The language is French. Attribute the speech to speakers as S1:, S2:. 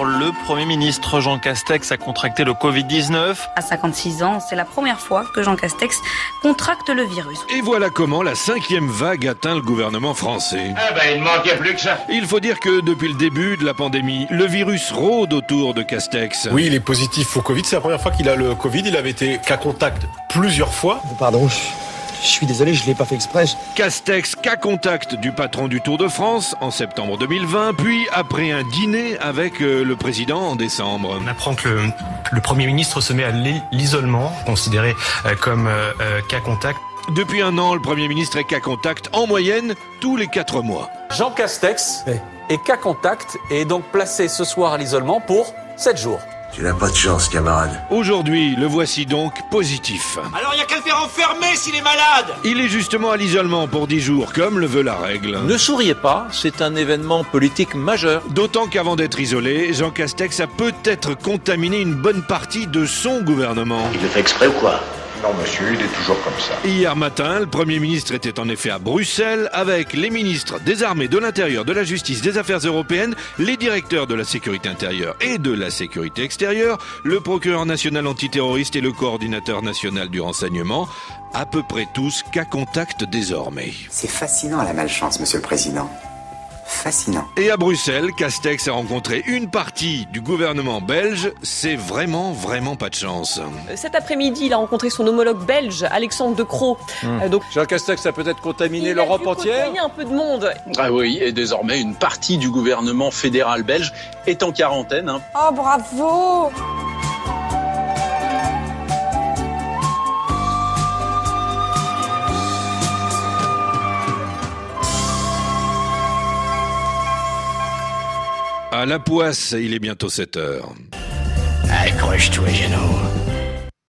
S1: Le Premier ministre Jean Castex a contracté le Covid-19.
S2: À 56 ans, c'est la première fois que Jean Castex contracte le virus.
S3: Et voilà comment la cinquième vague atteint le gouvernement français.
S4: Ah ben, il ne manquait plus que ça.
S3: Il faut dire que depuis le début de la pandémie, le virus rôde autour de Castex.
S5: Oui, il est positif au Covid. C'est la première fois qu'il a le Covid. Il avait été qu'à contact plusieurs fois.
S6: Pardon. Je suis désolé, je l'ai pas fait exprès.
S3: Castex cas contact du patron du Tour de France en septembre 2020, puis après un dîner avec euh, le président en décembre.
S7: On apprend que le, le Premier ministre se met à l'isolement, considéré euh, comme euh, euh, cas contact.
S3: Depuis un an, le Premier ministre est cas contact en moyenne tous les quatre mois.
S8: Jean Castex est cas contact et est donc placé ce soir à l'isolement pour 7 jours.
S9: Tu n'as pas de chance, camarade.
S3: Aujourd'hui, le voici donc positif.
S4: Alors, il n'y a qu'à le faire enfermer s'il est malade.
S3: Il est justement à l'isolement pour 10 jours, comme le veut la règle.
S8: Ne souriez pas, c'est un événement politique majeur.
S3: D'autant qu'avant d'être isolé, Jean Castex a peut-être contaminé une bonne partie de son gouvernement.
S9: Il le fait exprès ou quoi
S10: Non, monsieur, il est toujours comme ça.
S3: Hier matin, le Premier ministre était en effet à Bruxelles avec les ministres des Armées, de l'Intérieur, de la Justice, des Affaires européennes, les directeurs de la sécurité intérieure et de la sécurité extérieure, le procureur national antiterroriste et le coordinateur national du renseignement, à peu près tous qu'à contact désormais.
S11: C'est fascinant la malchance, monsieur le président. Fascinant.
S3: Et à Bruxelles, Castex a rencontré une partie du gouvernement belge. C'est vraiment, vraiment pas de chance.
S12: Euh, Cet après-midi, il a rencontré son homologue belge, Alexandre De Croo. Euh, donc,
S5: Jean Castex a peut-être contaminé
S12: il a
S5: Hmm. l'Europe
S12: pu
S5: entière.
S12: côtoyer un peu de monde.
S13: Ah oui, et désormais, une partie du gouvernement fédéral belge est en quarantaine. hein.
S14: Oh bravo
S3: À la poisse, il est bientôt 7 heures.
S9: Accroche-toi, Geno.